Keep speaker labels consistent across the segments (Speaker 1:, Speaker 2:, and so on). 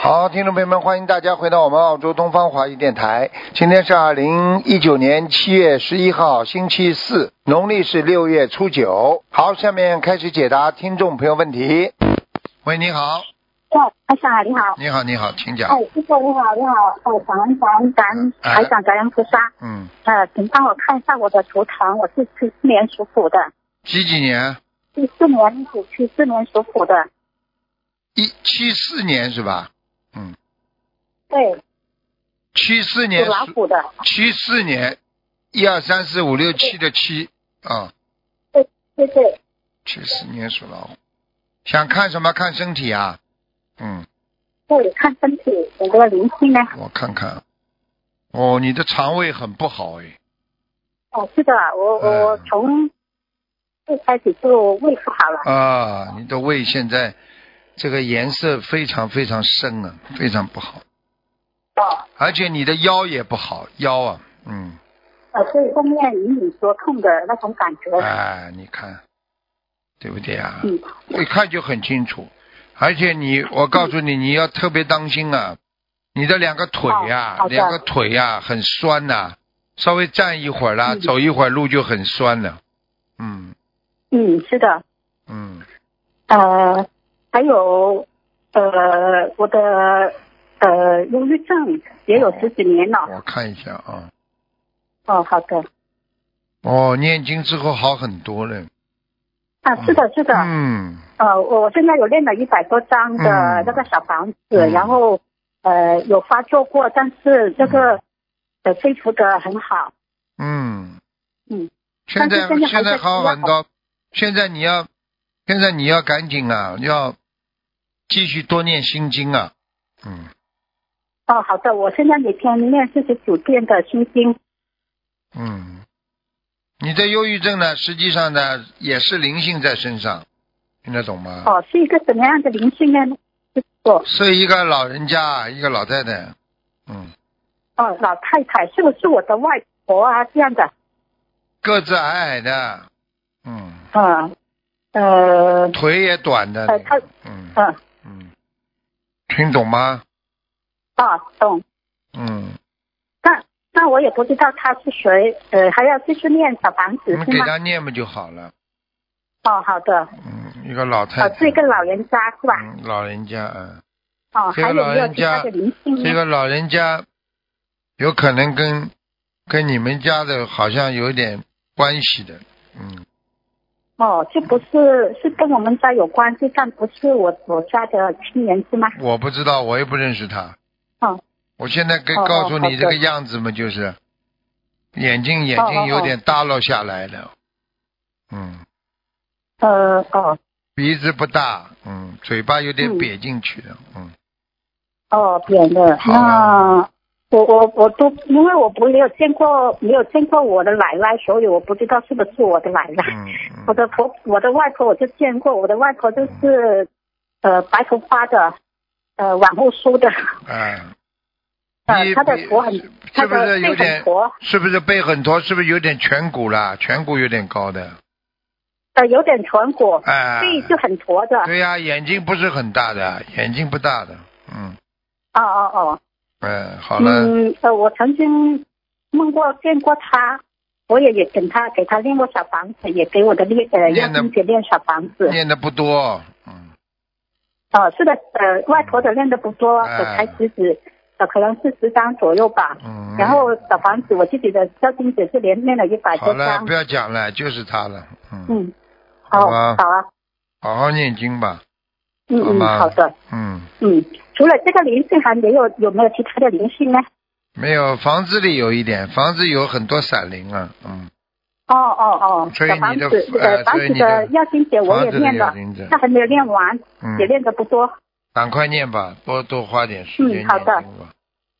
Speaker 1: 好，听众朋友们，欢迎大家回到我们澳洲东方华语电台。今天是二零一九年七月十一号，星期四，农历是六月初九。好，下面开始解答听众朋友问题。喂，你好，
Speaker 2: 喂，台长哎你好，
Speaker 1: 你好，你好，请讲
Speaker 2: 哎。，师傅你好，你好，哎，感恩感恩感恩
Speaker 1: 哎
Speaker 2: 台长感恩菩萨，
Speaker 1: 嗯，
Speaker 2: 呃，请帮我看一下我的图腾，我是七四年属虎的，
Speaker 1: 几几年？
Speaker 2: 七四年属七四年属虎的，
Speaker 1: 一七四年是吧？嗯，
Speaker 2: 对，
Speaker 1: 七四年
Speaker 2: 属老
Speaker 1: 属，
Speaker 2: 虎的，
Speaker 1: 七四年，一二三四五六七的七啊，
Speaker 2: 对对，
Speaker 1: 七四年属老虎。想看什么？看身体啊。嗯。
Speaker 2: 对，看身体有没有灵性呢？
Speaker 1: 我看看，哦，你的肠胃很不好哎，
Speaker 2: 哦，是的，我
Speaker 1: 嗯
Speaker 2: 我我从最开始就胃不好了，
Speaker 1: 啊，你的胃现在这个颜色非常非常深啊，非常不好，
Speaker 2: 哦，
Speaker 1: 而且你的腰也不好，腰啊，嗯，
Speaker 2: 呃，对后面隐隐作痛的那种感觉，
Speaker 1: 哎，你看，对不对啊？
Speaker 2: 嗯，
Speaker 1: 一看就很清楚，而且你，我告诉你，你要特别当心啊，你的两个腿呀、
Speaker 2: 哦好的
Speaker 1: 两个腿呀、很酸呐、稍微站一会儿啦，
Speaker 2: 嗯
Speaker 1: 走一会儿路就很酸了，嗯
Speaker 2: 嗯，是的，
Speaker 1: 嗯，
Speaker 2: 呃，还有呃，我的呃忧郁症也有十几年了。
Speaker 1: 我看一下啊。
Speaker 2: 哦，好的，
Speaker 1: 哦，念经之后好很多了。
Speaker 2: 啊，是的，是的，
Speaker 1: 嗯，
Speaker 2: 呃，我现在有练了一百多张的
Speaker 1: 嗯
Speaker 2: 那个小房子，
Speaker 1: 嗯
Speaker 2: 然后呃有发作过，但是这个呃恢复的很好。
Speaker 1: 嗯，
Speaker 2: 嗯，
Speaker 1: 现在
Speaker 2: 但是现在还
Speaker 1: 现在
Speaker 2: 在
Speaker 1: 好很多。现在你要，现在你要赶紧啊，要继续多念心经啊。嗯，
Speaker 2: 哦，好的，我现在每天练四十九遍的心经。
Speaker 1: 嗯，你的忧郁症呢，实际上呢也是灵性在身上，听得懂吗？
Speaker 2: 哦，是一个什么样的灵性呢？哦师傅，
Speaker 1: 是一个老人家，一个老太太。嗯，
Speaker 2: 哦，老太太是不是我的外婆啊？这样的。
Speaker 1: 个子矮矮的，嗯，
Speaker 2: 啊，呃，
Speaker 1: 腿也短的
Speaker 2: 呃，她。
Speaker 1: 嗯
Speaker 2: 嗯，
Speaker 1: 嗯，听懂吗？
Speaker 2: 啊，懂。
Speaker 1: 嗯。
Speaker 2: 那那我也不知道他是谁，呃，还要继续念小房子
Speaker 1: 你
Speaker 2: 是
Speaker 1: 嗯给
Speaker 2: 吗？
Speaker 1: 他念不就好了？
Speaker 2: 哦，好的。
Speaker 1: 嗯，一个老太
Speaker 2: 呃，
Speaker 1: 太，
Speaker 2: 是一个老人家是吧？
Speaker 1: 嗯，老人家，嗯，
Speaker 2: 哦，
Speaker 1: 这个
Speaker 2: 还有
Speaker 1: 老
Speaker 2: 没有
Speaker 1: 人
Speaker 2: 其
Speaker 1: 家
Speaker 2: 他的灵性
Speaker 1: 这
Speaker 2: 呢？
Speaker 1: 个老人家有可能跟跟你们家的好像有点关系的，嗯，
Speaker 2: 哦，这不是是跟我们家有关系，但不是我我家的亲人是吗？
Speaker 1: 我不知道，我也不认识他。
Speaker 2: 哦
Speaker 1: 我现在给
Speaker 2: 哦哦
Speaker 1: 告诉
Speaker 2: 好
Speaker 1: 你
Speaker 2: 的
Speaker 1: 这个样子嘛，就是眼睛眼
Speaker 2: 哦
Speaker 1: 睛
Speaker 2: 哦
Speaker 1: 有
Speaker 2: 哦
Speaker 1: 点耷拉下来了，嗯，
Speaker 2: 呃，哦
Speaker 1: 鼻子不大，嗯，嘴巴有点
Speaker 2: 嗯
Speaker 1: 瘪进去了，嗯，
Speaker 2: 哦，扁的。
Speaker 1: 好
Speaker 2: 那我我我都因为我不没有见过没有见过我的奶奶，所以我不知道是不是我的奶奶。
Speaker 1: 嗯嗯
Speaker 2: 我的婆，我的外婆我就见过，我的外婆就是，呃，白头发的，呃，往后梳的，
Speaker 1: 啊，
Speaker 2: 呃
Speaker 1: 你，
Speaker 2: 她的
Speaker 1: 你
Speaker 2: 头很，她
Speaker 1: 是不
Speaker 2: 的
Speaker 1: 是有
Speaker 2: 背
Speaker 1: 点
Speaker 2: 很驼，
Speaker 1: 是不是背很驼？是不是有点颧骨啦？颧骨有点高的，
Speaker 2: 呃，有点颧骨，
Speaker 1: 哎，
Speaker 2: 背就很驼的。
Speaker 1: 对呀、眼睛不是很大的，眼睛不大的，嗯
Speaker 2: 哦哦哦，
Speaker 1: 嗯，好了，
Speaker 2: 嗯，呃，我曾经梦过见过她，我也也跟她给她练过小房子，也给我的练呃要
Speaker 1: 练得
Speaker 2: 并姐练小房子。
Speaker 1: 念的不多，嗯，
Speaker 2: 哦，是的，呃，外婆的练的不多，
Speaker 1: 哎
Speaker 2: 我才十指，呃，可能是十张左右吧。
Speaker 1: 嗯
Speaker 2: 然后小房子，我自己的小金子是连练了一百
Speaker 1: 好
Speaker 2: 多
Speaker 1: 了，
Speaker 2: 张
Speaker 1: 不。要讲了，就是他了，嗯，
Speaker 2: 嗯，
Speaker 1: 好
Speaker 2: 好，
Speaker 1: 吧
Speaker 2: 好啊，
Speaker 1: 好好念经吧，
Speaker 2: 嗯
Speaker 1: 好
Speaker 2: 嗯，
Speaker 1: 吧
Speaker 2: 好的，
Speaker 1: 嗯，
Speaker 2: 嗯，除了这个灵性，还没有有没有其他的灵性呢？
Speaker 1: 没有房子里有一点，房子有很多闪灵啊，嗯，
Speaker 2: 哦哦哦，
Speaker 1: 所以
Speaker 2: 小房
Speaker 1: 你的
Speaker 2: 子，这
Speaker 1: 呃
Speaker 2: 个房
Speaker 1: 所以
Speaker 2: 子
Speaker 1: 你的
Speaker 2: 的药经解我
Speaker 1: 房
Speaker 2: 也
Speaker 1: 子里
Speaker 2: 念
Speaker 1: 有
Speaker 2: 了，
Speaker 1: 灵者，
Speaker 2: 但还没有练完，
Speaker 1: 嗯，
Speaker 2: 也练的不多。
Speaker 1: 赶快念吧，多多花点时间念
Speaker 2: 嗯好
Speaker 1: 经
Speaker 2: 的
Speaker 1: 吧，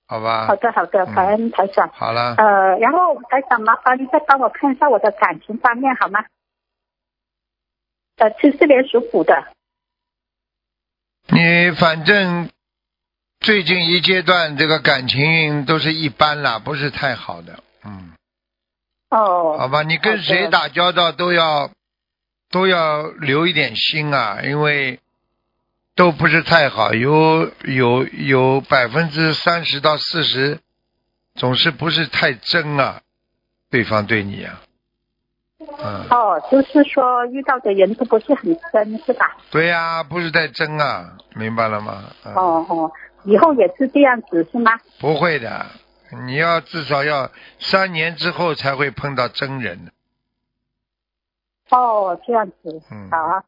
Speaker 1: 好吧，
Speaker 2: 好的好的，
Speaker 1: 嗯
Speaker 2: 感恩台长。
Speaker 1: 好了。
Speaker 2: 呃，然后台长，麻烦您再帮我看一下我的感情方面好吗？呃，七四年属虎的，
Speaker 1: 你反正最近一阶段这个感情运都是一般啦，不是太好的。嗯，
Speaker 2: 哦，
Speaker 1: 好吧，你跟谁打交道都要都要留一点心啊，因为都不是太好，有有有百分之三十到四十，总是不是太真啊，对方对你啊，嗯，
Speaker 2: 哦，就是说遇到的人都不是很真，是吧？
Speaker 1: 对呀、不是太真啊，明白了吗？嗯、
Speaker 2: 哦哦，以后也是这样子是吗？
Speaker 1: 不会的，你要至少要三年之后才会碰到真人，
Speaker 2: 哦，这样子，
Speaker 1: 嗯
Speaker 2: 好啊，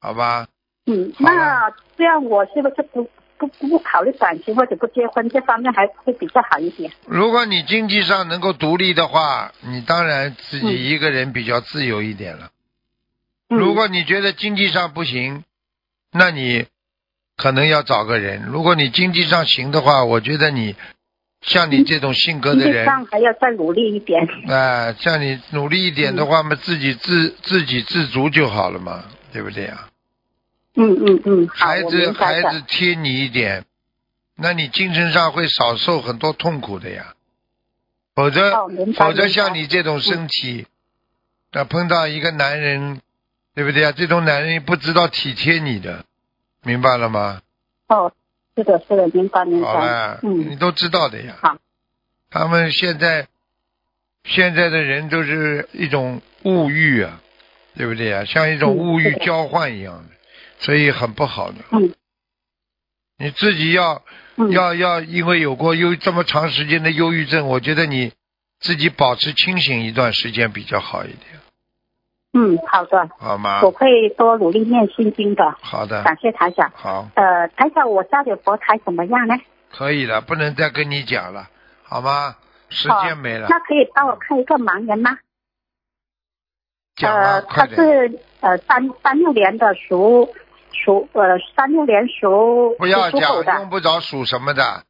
Speaker 1: 好吧？
Speaker 2: 嗯，
Speaker 1: 好啊
Speaker 2: 那这样我是不是不不不考虑感情或者不结婚这方面还会比较好一点？
Speaker 1: 如果你经济上能够独立的话，你当然自己
Speaker 2: 嗯
Speaker 1: 一个人比较自由一点了。
Speaker 2: 嗯、
Speaker 1: 如果你觉得经济上不行，那你可能要找个人。如果你经济上行的话，我觉得你像你这种性格
Speaker 2: 经
Speaker 1: 的
Speaker 2: 济
Speaker 1: 人，哎、
Speaker 2: 上还要再努力一点。
Speaker 1: 像你努力一点的
Speaker 2: 嗯
Speaker 1: 话嘛，自己自自给自足就好了嘛，对不对啊？
Speaker 2: 嗯嗯嗯，好，
Speaker 1: 孩
Speaker 2: 我
Speaker 1: 子
Speaker 2: 明白
Speaker 1: 孩
Speaker 2: 的。
Speaker 1: 子贴你一点，那你精神上会少受很多痛苦的呀。否则、
Speaker 2: 哦明白嗯
Speaker 1: 否则
Speaker 2: 明白
Speaker 1: 像你这种身体，那、碰到一个男人，对不对呀？这种男人不知道体贴你的，明白了吗？
Speaker 2: 哦，是的，是的，明白明
Speaker 1: 好
Speaker 2: 白
Speaker 1: 了。，你
Speaker 2: 嗯，
Speaker 1: 都知道的呀。
Speaker 2: 好
Speaker 1: 他们现在现在的人都是一种物欲啊，对不对呀？像一种
Speaker 2: 嗯
Speaker 1: 物欲
Speaker 2: 是的
Speaker 1: 交换一样的，所以很不好的。
Speaker 2: 嗯
Speaker 1: 你自己要
Speaker 2: 嗯，
Speaker 1: 要要，因为有过忧这么长时间的忧郁症，我觉得你自己保持清醒一段时间比较好一点，
Speaker 2: 嗯，好嗯的，
Speaker 1: 好嗯吗？
Speaker 2: 我会多努力念心经的。
Speaker 1: 好的，
Speaker 2: 感谢台长。
Speaker 1: 好，
Speaker 2: 呃，台长，我家里佛台怎么样呢？
Speaker 1: 可以了，不能再跟你讲了，好吗？时间没了
Speaker 2: 哦，那可以帮我看一个盲人吗？
Speaker 1: 讲吧，
Speaker 2: 呃，
Speaker 1: 快
Speaker 2: 他
Speaker 1: 点，
Speaker 2: 是呃三三六年的属属呃三六年属
Speaker 1: 不要
Speaker 2: 属狗
Speaker 1: 讲，
Speaker 2: 的。
Speaker 1: 用不着属什么的，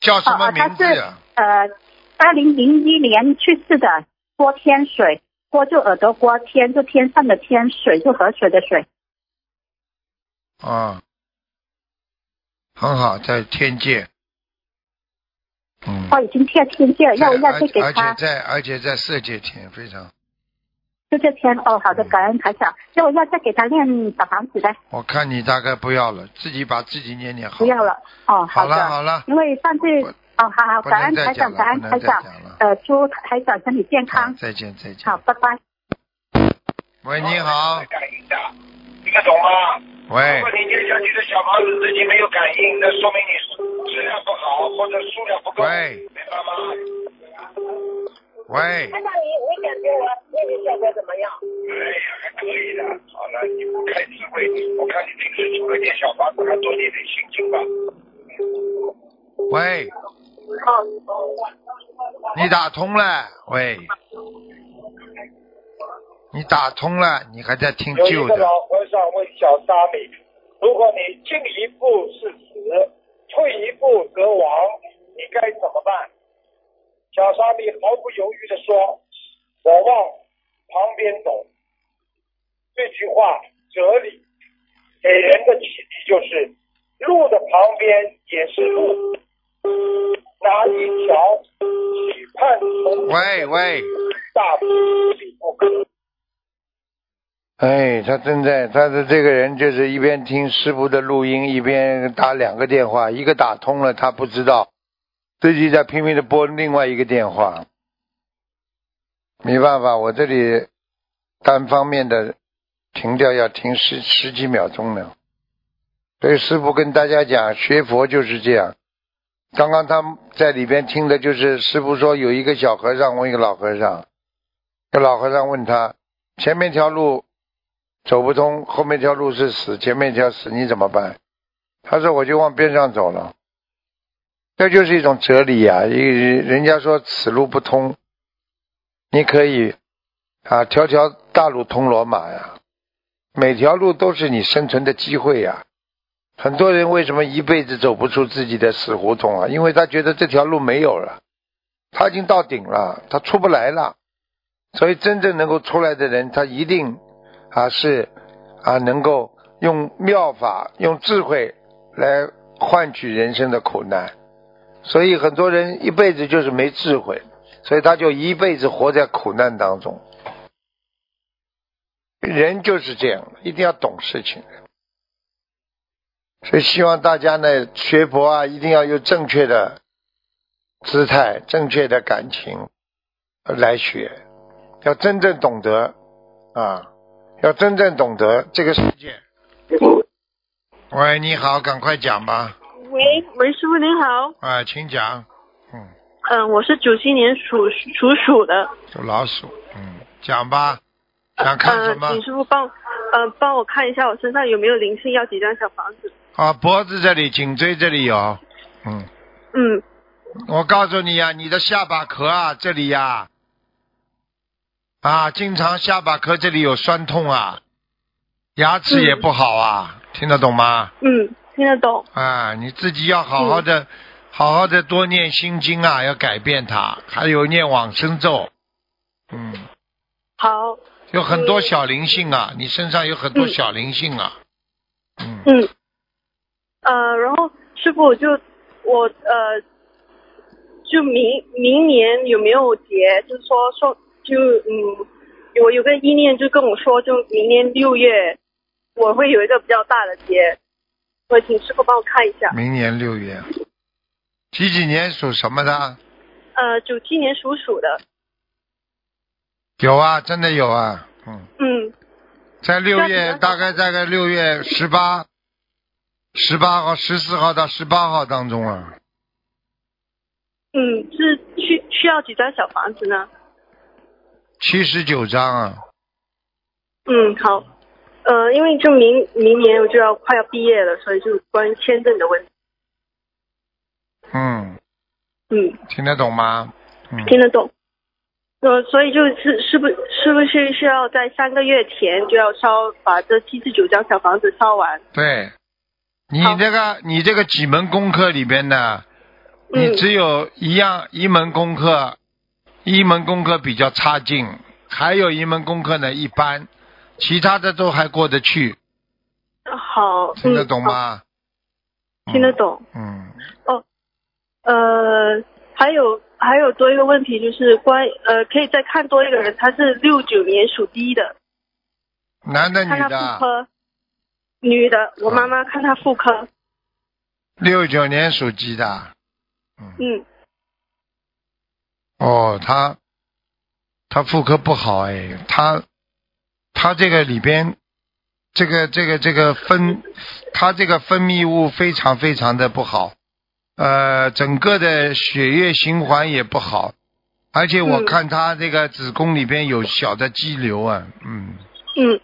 Speaker 1: 叫什么
Speaker 2: 哦哦他
Speaker 1: 名字
Speaker 2: 是
Speaker 1: 呀？
Speaker 2: 呃，二零零一年去世的郭天水，郭就耳朵郭，天就天上的天，水就河水的水。
Speaker 1: 啊，很好，在天界，嗯，
Speaker 2: 我已经贴天界，要不要
Speaker 1: 在
Speaker 2: 再给
Speaker 1: 而
Speaker 2: 他
Speaker 1: 而且？在而且在色界天非常。
Speaker 2: 就这天哦，好的，
Speaker 1: 嗯
Speaker 2: 感恩台长。要不要再给他练小房子呢？
Speaker 1: 我看你大概不要了，自己把自己念念好。
Speaker 2: 不要。了。哦，
Speaker 1: 好
Speaker 2: 的。
Speaker 1: 了好了，
Speaker 2: 因为上次
Speaker 1: 不
Speaker 2: 哦，好好，
Speaker 1: 不
Speaker 2: 感
Speaker 1: 能
Speaker 2: 恩
Speaker 1: 再
Speaker 2: 台
Speaker 1: 讲
Speaker 2: 长，
Speaker 1: 了，
Speaker 2: 感恩
Speaker 1: 不
Speaker 2: 台
Speaker 1: 能再讲
Speaker 2: 长，
Speaker 1: 了。
Speaker 2: 呃，祝台长身体健
Speaker 1: 好
Speaker 2: 康，，
Speaker 1: 再见再见
Speaker 2: 啊好，。拜拜。
Speaker 1: 喂，哎你好，哎
Speaker 3: 感应的，哎你看懂吗？如
Speaker 1: 喂
Speaker 3: 果，你就想你的小房子自己没有感应，那说明你质量不好或者数量不够，
Speaker 1: 喂
Speaker 3: 明白吗？
Speaker 1: 喂，
Speaker 4: 那你你感觉我那你效果怎么样？
Speaker 3: 哎呀，还可以的。好了，你不开智慧，我看你平时除了点小房子，还多念点心经吧。
Speaker 1: 喂，你打通了，喂，你打通了，你还在听
Speaker 3: 有
Speaker 1: 旧
Speaker 3: 一个
Speaker 1: 的，
Speaker 3: 老和尚问小沙弥：如果你进一步是死，退一步则亡，你该怎么办？小沙弥毫不犹豫地说：“我往旁边走。”这句话哲理给人的启迪就是：路的旁边也是路，哪一条只盼从
Speaker 1: 喂喂，
Speaker 3: 大不必不可。
Speaker 1: 哎，他正在，他的这个人就是一边听师傅的录音，一边打两个电话，一个打通了他不知道，自己在拼命的拨另外一个电话。没办法，我这里单方面的停掉要停十十几秒钟呢。所以师傅跟大家讲，学佛就是这样。刚刚他们在里边听的就是师傅说有一个小和尚问一个老和尚，这老和尚问他前面一条路走不通，后面一条路是死，前面一条死，你怎么办？他说我就往边上走了，这就是一种哲理呀、一人家说此路不通，你可以啊，条条大路通罗马呀、每条路都是你生存的机会呀、很多人为什么一辈子走不出自己的死胡同啊？因为他觉得这条路没有了，他已经到顶了，他出不来了。所以真正能够出来的人，他一定啊是啊能够用妙法、用智慧来换取人生的苦难。所以很多人一辈子就是没智慧，所以他就一辈子活在苦难当中。人就是这样，一定要懂事情。所以希望大家呢学佛啊，一定要有正确的姿态、正确的感情来学，要真正懂得啊，要真正懂得这个世界。喂，你好，赶快讲吧。
Speaker 5: 喂喂，师傅您好，
Speaker 1: 啊，请讲。嗯，
Speaker 5: 嗯，我是九七年属属鼠的，
Speaker 1: 有老鼠。嗯，讲吧。想看什
Speaker 5: 呃，
Speaker 1: 么？
Speaker 5: 请师傅帮，呃，帮我看一下我身上有没有灵性，要几张小房子？
Speaker 1: 啊，脖子这里、颈椎这里有。嗯，
Speaker 5: 嗯，
Speaker 1: 我告诉你呀、啊你的下巴壳啊，这里呀、啊，经常下巴壳这里有酸痛啊，牙齿也不好啊，听得懂吗？
Speaker 5: 嗯，听得懂。
Speaker 1: 啊，你自己要好好
Speaker 5: 嗯
Speaker 1: 的，好好的多念心经啊，要改变它，还有念往生咒。嗯，
Speaker 5: 好，
Speaker 1: 有很多小灵性啊，你身上有很多
Speaker 5: 嗯
Speaker 1: 小灵性啊。嗯，
Speaker 5: 嗯，呃，然后师傅我就我呃，就明明年有没有节？就是说说就嗯，我有个意念就跟我说，就明年六月我会有一个比较大的节，我请师傅帮我看一下。
Speaker 1: 嗯明年六月，几几年属什么的？
Speaker 5: 呃，九七年属鼠的，
Speaker 1: 有啊，真的有啊，嗯，
Speaker 5: 嗯，
Speaker 1: 在六
Speaker 5: 那你
Speaker 1: 月
Speaker 5: 呢
Speaker 1: 大概在个六月十八、十八号、十四号到十八号当中啊，
Speaker 5: 嗯，是需需要几张小房子呢？
Speaker 1: 七十九张啊，
Speaker 5: 嗯，好，呃，因为就明明年我就要快要毕业了，所以就关于签证的问题。
Speaker 1: 嗯，
Speaker 5: 嗯，
Speaker 1: 听得懂吗？嗯，
Speaker 5: 听得懂。呃，所以就是是不是不是需要在三个月前就要烧把这七十九张小房子烧完？
Speaker 1: 对，你
Speaker 5: 好
Speaker 1: 这个你这个几门功课里边呢，你
Speaker 5: 嗯
Speaker 1: 只有一样一门功课，一门功课比较差劲，还有一门功课呢一般，其他的都还过得去，
Speaker 5: 好，嗯
Speaker 1: 听得懂？吗？
Speaker 5: 好听得懂。
Speaker 1: 嗯，
Speaker 5: 呃，还有还有多一个问题就是关呃，可以再看多一个人，他是六九年属鸡的，
Speaker 1: 嗯男的女
Speaker 5: 看他
Speaker 1: 的嗯
Speaker 5: 妇
Speaker 1: 啊？
Speaker 5: 科，女的，我妈妈看她妇科，
Speaker 1: 六九年属鸡的啊，
Speaker 5: 嗯，
Speaker 1: 哦，他他妇科不好哎，他他这个里边这个这个这个分，他这个分泌物非常非常的不好，呃，整个的血液循环也不好，而且我
Speaker 5: 嗯
Speaker 1: 看他这个子宫里边有小的肌瘤啊，嗯
Speaker 5: 嗯，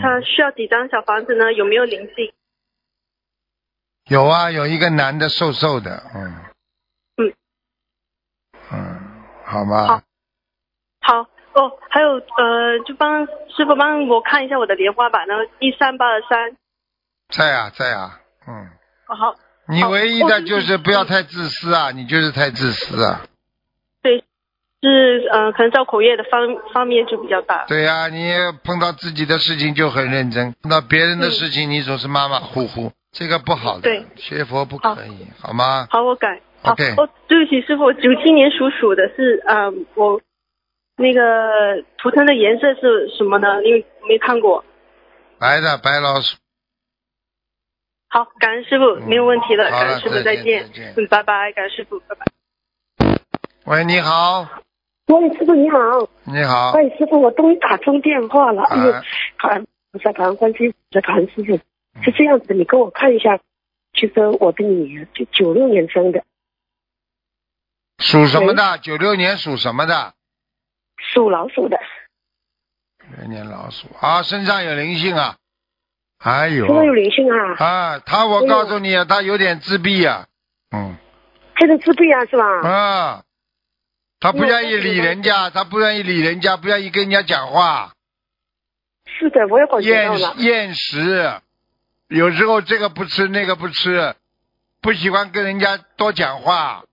Speaker 5: 她
Speaker 1: 嗯，
Speaker 5: 需要几张小房子呢？有没有灵性？
Speaker 1: 有啊，有一个男的瘦瘦的，嗯
Speaker 5: 嗯
Speaker 1: 嗯，好吗？
Speaker 5: 好好哦，还有呃，就帮师傅帮我看一下我的莲花吧，然后一三八二三，
Speaker 1: 在啊，在啊，嗯。
Speaker 5: 哦好，
Speaker 1: 你
Speaker 5: 好
Speaker 1: 唯一的就是不要
Speaker 5: 嗯
Speaker 1: 太自私啊，你就是太自私啊。
Speaker 5: 对，是呃，可能造口业的方方面就比较大，
Speaker 1: 对呀、你碰到自己的事情就很认真，碰到别人的
Speaker 5: 嗯
Speaker 1: 事情你总是马马虎虎，这个不好的。
Speaker 5: 对，
Speaker 1: 学佛不
Speaker 5: 好
Speaker 1: 可以，好吗？
Speaker 5: 好，我改。好
Speaker 1: OK
Speaker 5: 哦，对不起，师傅，九七年属鼠的是，呃，我那个图腾的颜色是什么呢？因为没看过。
Speaker 1: 白的白老鼠，
Speaker 5: 好，感恩师傅，
Speaker 1: 嗯
Speaker 5: 没有问题了，
Speaker 1: 好
Speaker 5: 感
Speaker 1: 了
Speaker 5: 恩师傅，
Speaker 1: 再见
Speaker 5: 见
Speaker 1: 再见
Speaker 5: 嗯，拜拜，感恩师傅，拜拜。
Speaker 1: 喂，你好，
Speaker 6: 喂，师傅你好。
Speaker 1: 你好，
Speaker 6: 喂，师傅，我终于打通电话了。哎呦
Speaker 1: 啊，
Speaker 6: 感菩萨，感恩观世音菩萨，感恩师傅。是这样子的，你给我看一下，就是我的女儿，就九六年生的，
Speaker 1: 属什么的？九六年属什么的？
Speaker 6: 属老鼠的，
Speaker 1: 九六年老鼠啊，身上有灵性啊！哎呦
Speaker 6: 身，上有灵性啊，
Speaker 1: 啊，他
Speaker 5: 哎
Speaker 1: 我告诉你，啊，他有点自闭啊。嗯。
Speaker 6: 这个自闭啊，是吧？
Speaker 1: 啊，他不愿意理人家，他不愿意理人家，不愿意跟人家讲话，
Speaker 6: 是的，我也感觉到
Speaker 1: 厌
Speaker 6: 了。
Speaker 1: 厌食，有时候这个不吃那个不吃，不喜欢跟人家多讲话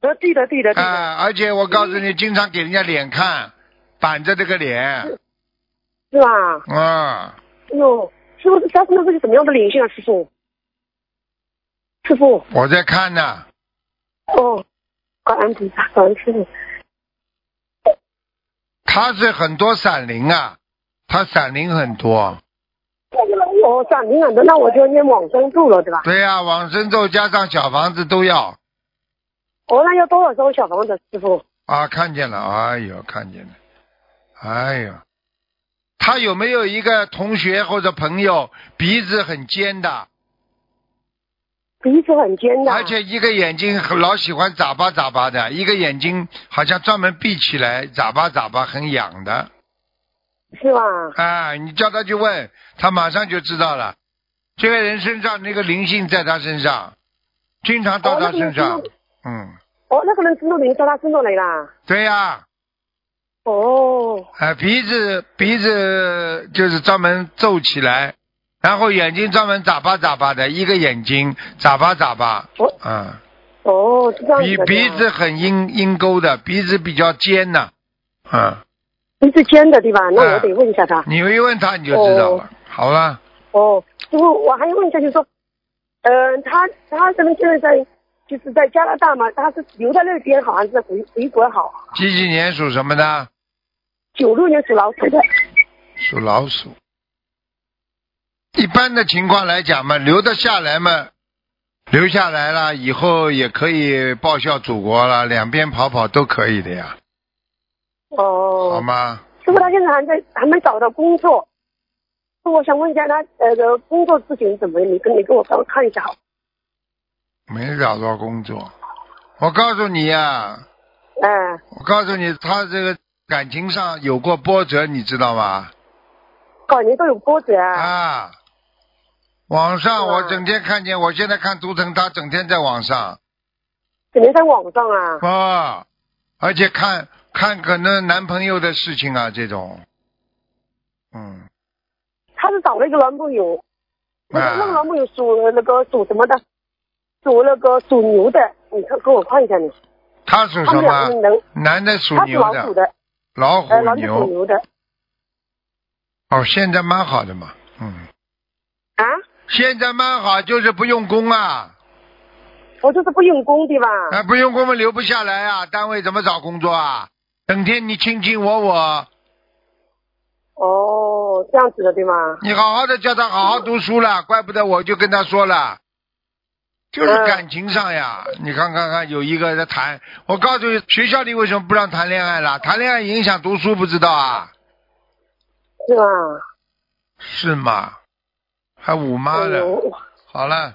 Speaker 6: 呃，对的，对的，对的，
Speaker 1: 啊，而且我告诉你，经常给人家脸看，板着这个脸
Speaker 6: 是吧？
Speaker 1: 啊，
Speaker 6: 哎呦，师傅，他那是个什么样的灵性啊，师傅？师傅，
Speaker 1: 我在看呢，
Speaker 6: 哦，感恩菩萨，感恩师傅。
Speaker 1: 他是很多闪灵啊，他闪灵很多，
Speaker 6: 哦，算灵感的，那我就念往生咒了，对吧？
Speaker 1: 对呀、往生咒加上小房子都要
Speaker 6: 哦，那要多少张小房子，师傅？
Speaker 1: 啊，看见了，哎呦，看见了，哎呦，他有没有一个同学或者朋友鼻子很尖的，
Speaker 6: 鼻子很尖的，
Speaker 1: 而且一个眼睛很老喜欢眨巴眨巴的，一个眼睛好像专门闭起来眨巴眨巴，很痒的。
Speaker 6: 是吧？
Speaker 1: 啊，你叫他去问，他马上就知道了。这个人身上那个灵性在他身上，经常到他身上。
Speaker 6: 哦那个
Speaker 1: 嗯，
Speaker 6: 哦，那个人知道灵，叫他知道来啦。
Speaker 1: 对呀、
Speaker 6: 哦，
Speaker 1: 哎，鼻子鼻子就是专门皱起来，然后眼睛专门眨巴眨巴的，一个眼睛眨巴眨巴。
Speaker 6: 哦
Speaker 1: 嗯，
Speaker 6: 哦，是这样子
Speaker 1: 鼻
Speaker 6: 的。
Speaker 1: 鼻子，很阴阴沟的，鼻子比较尖呐、嗯，
Speaker 6: 鼻子尖的，对吧？那
Speaker 1: 啊
Speaker 6: 我得问一下他。
Speaker 1: 你一问他你就知道了。好了，
Speaker 6: 哦，师傅，我还问一下，就是说，嗯、他他这边现在在，就是在加拿大嘛，他是留在那边好，还是在回回国好？
Speaker 1: 几几年属什么的？
Speaker 6: 九六年属老鼠的。
Speaker 1: 属老鼠。一般的情况来讲嘛，留得下来嘛，留下来了以后也可以报效祖国了，两边跑跑都可以的呀，好
Speaker 6: 哦，
Speaker 1: 吗？
Speaker 6: 师傅，他现在还在还没找到工作，我想问一下他呃工作事情怎么，你跟你给我帮我看一下好？
Speaker 1: 没找到工作。我告诉你呀、
Speaker 6: 嗯，
Speaker 1: 我告诉你，他这个感情上有过波折，你知道吗？
Speaker 6: 搞年都有波折啊。
Speaker 1: 啊，网上
Speaker 6: 是啊
Speaker 1: 我整天看见，我现在看图腾，他整天在网上
Speaker 6: 只能在网上啊。
Speaker 1: 啊，而且看看可能男朋友的事情啊，这种，嗯，
Speaker 6: 他是找了一个男朋友，那个那个
Speaker 1: 啊
Speaker 6: 男，朋友属那个属什么的？属那个属牛的，你看给我看一下你。
Speaker 1: 他属
Speaker 6: 他
Speaker 1: 什
Speaker 6: 们两个
Speaker 1: 么？
Speaker 6: 人能，
Speaker 1: 男的属
Speaker 6: 他是
Speaker 1: 牛
Speaker 6: 老鼠
Speaker 1: 的，
Speaker 6: 的，
Speaker 1: 老
Speaker 6: 呃，
Speaker 1: 虎
Speaker 6: 老鼠属
Speaker 1: 牛，
Speaker 6: 牛的
Speaker 1: 哦，现在蛮好的嘛，嗯，
Speaker 6: 啊。
Speaker 1: 现在蛮好，就是不用功啊。
Speaker 6: 我哦就是不用功的吧？
Speaker 1: 啊，不用，我们留不下来啊，单位怎么找工作啊？整天你卿卿我我，
Speaker 6: 哦，这样子的对吗？
Speaker 1: 你好好的叫他好好读书了，怪不得我就跟他说了，就是
Speaker 6: 嗯
Speaker 1: 感情上呀，你看看看，有一个在谈，我告诉你，学校里为什么不让谈恋爱了？谈恋爱影响读书，不知道啊？
Speaker 6: 是吧？
Speaker 1: 是吗？还五妈
Speaker 6: 哎
Speaker 1: 的，
Speaker 6: 呦
Speaker 1: 好了，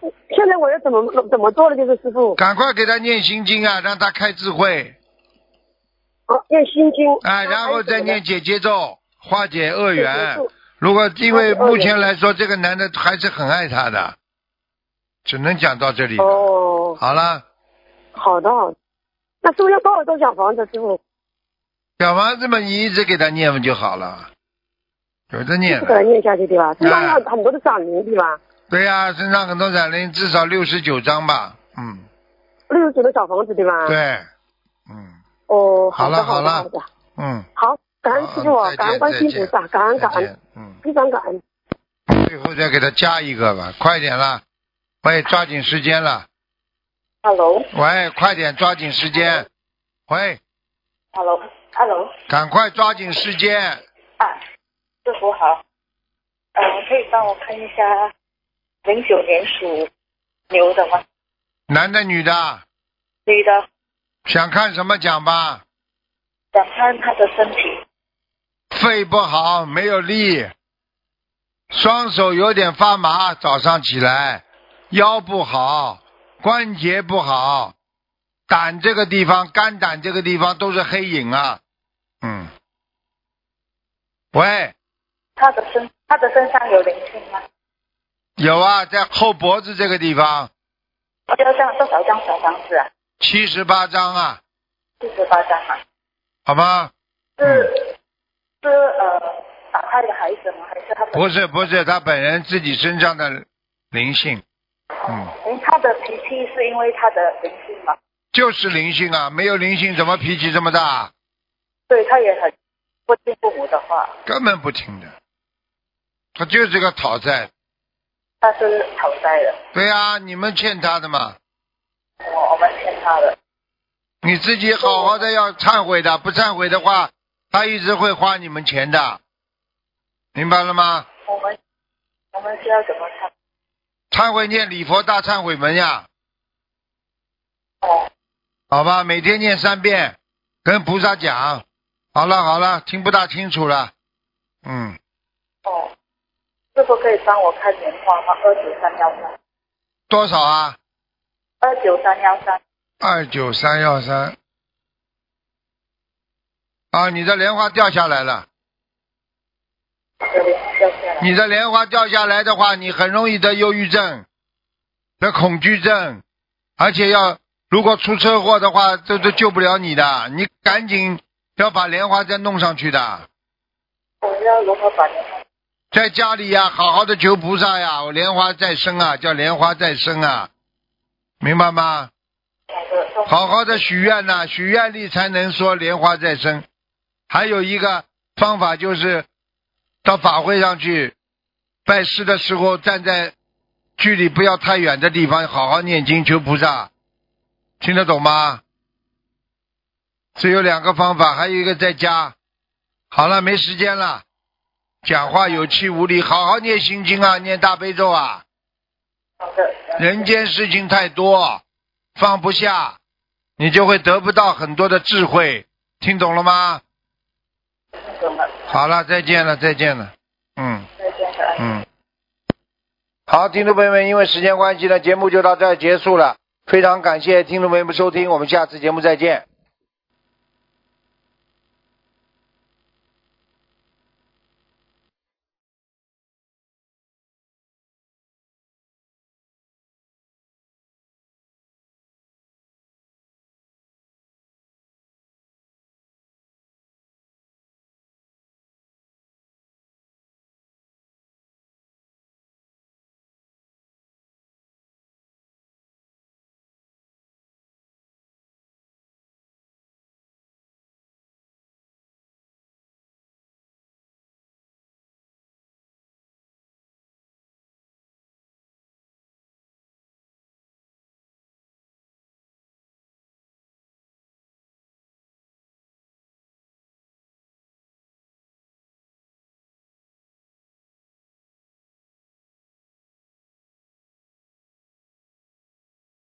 Speaker 6: 现在我要怎么怎么做呢？就是师傅，
Speaker 1: 赶快给他念心经啊，让他开智慧
Speaker 6: 哦，念心经
Speaker 1: 啊，然后再念姐姐咒，化解恶
Speaker 6: 解
Speaker 1: 缘。
Speaker 6: 结咒
Speaker 1: 如果因为
Speaker 6: 哦
Speaker 1: 目前来说，这个男的还是很爱她的，只能讲到这里了。
Speaker 6: 哦，
Speaker 1: 好了，
Speaker 6: 好的好的。那师傅要多少张小房子？师傅，
Speaker 1: 小房子嘛，你一直给他念不就好了？有的念
Speaker 6: 不可
Speaker 1: 了，
Speaker 6: 能念下去对吧？身上
Speaker 1: 哎
Speaker 6: 有很多的闪灵对吧？
Speaker 1: 对呀、身上很多闪灵，至少六十九张吧。嗯，
Speaker 6: 六十九的小房子对吧？。
Speaker 1: 对，嗯
Speaker 6: 哦，的
Speaker 1: 好
Speaker 6: 好
Speaker 1: 了
Speaker 6: 的
Speaker 1: 好了
Speaker 6: 好的。
Speaker 1: 嗯，
Speaker 6: 好，感恩师傅啊
Speaker 1: 好，再见
Speaker 6: 感恩观世音菩萨，感恩
Speaker 1: 再
Speaker 6: 感恩，
Speaker 1: 见，嗯，
Speaker 6: 非常感恩。
Speaker 1: 最后再给他加一个吧，快点啦，喂，抓紧时间了，
Speaker 4: ？Hello，Hello，Hello，
Speaker 1: 喂，快点抓紧时间，喂，赶快抓紧时间，
Speaker 4: 啊，师傅好，呃，可以帮我看一下零九年属牛的吗？
Speaker 1: 男的女的？
Speaker 4: 女的，
Speaker 1: 想看什么讲吧？
Speaker 4: 想看她的身体，
Speaker 1: 肺不好，没有力，双手有点发麻，早上起来腰不好，关节不好，胆这个地方、肝胆这个地方都是黑影啊。嗯，喂，
Speaker 4: 她的身她的身上有灵性吗？
Speaker 1: 有啊，在后脖子这个地方，
Speaker 4: 我要张多少张小房子啊？
Speaker 1: 七十八张啊，
Speaker 4: 四十八张啊？
Speaker 1: 好吗？
Speaker 4: 嗯
Speaker 1: 嗯
Speaker 4: 是是呃打胎的孩子吗？还是她的？
Speaker 1: 不是不是，他本人自己身上的灵性，嗯，
Speaker 4: 嗯，她的脾气是因为她的灵性吗？
Speaker 1: 就是灵性啊，没有灵性怎么脾气这么大啊、
Speaker 4: 对，她也很不听父母的话，
Speaker 1: 根本不听的，他就是个讨债。
Speaker 4: 她是讨债的，
Speaker 1: 对呀、你们欠他的嘛，
Speaker 4: 哦我我们欠她的。
Speaker 1: 你自己好好的要忏悔的，不忏悔的话，他一直会花你们钱的，明白了吗？
Speaker 4: 我们我们需要怎么看？
Speaker 1: 忏悔念礼佛大忏悔文呀，
Speaker 4: 哦，
Speaker 1: 好吧，每天念三遍，跟菩萨讲。好了好了，听不大清楚了，嗯，
Speaker 4: 哦，师傅可以帮我看年画吗？二九三幺三，
Speaker 1: 多少啊？
Speaker 4: 二九三幺三，
Speaker 1: 二九三幺三。啊，你的莲花掉下来了。
Speaker 4: 有点掉下来。
Speaker 1: 你的莲花掉下来的话，你很容易得忧郁症、得恐惧症，而且要如果出车祸的话，这都救不了你的。你赶紧要把莲花再弄上去的，
Speaker 4: 我要如何把年画？
Speaker 1: 在家里呀，好好的求菩萨呀，我莲花再生啊，叫莲花再生啊，明白吗？
Speaker 4: 好的，都
Speaker 1: 好好的许愿呐、许愿力才能说莲花再生。还有一个方法就是到法会上去拜师的时候，站在距离不要太远的地方，好好念经求菩萨，听得懂吗？只有两个方法，还有一个在家。好了，没时间了，讲话有气无力，好好念心经啊，念大悲咒啊。
Speaker 4: 好的。
Speaker 1: 人间事情太多，放不下，你就会得不到很多的智慧。听懂了吗？
Speaker 4: 听懂了，
Speaker 1: 好了，再见了，再见了。嗯
Speaker 4: 再见了。
Speaker 1: 嗯。好，听众朋友们，因为时间关系呢，节目就到这儿结束了。非常感谢听众朋友们收听，我们下次节目再见。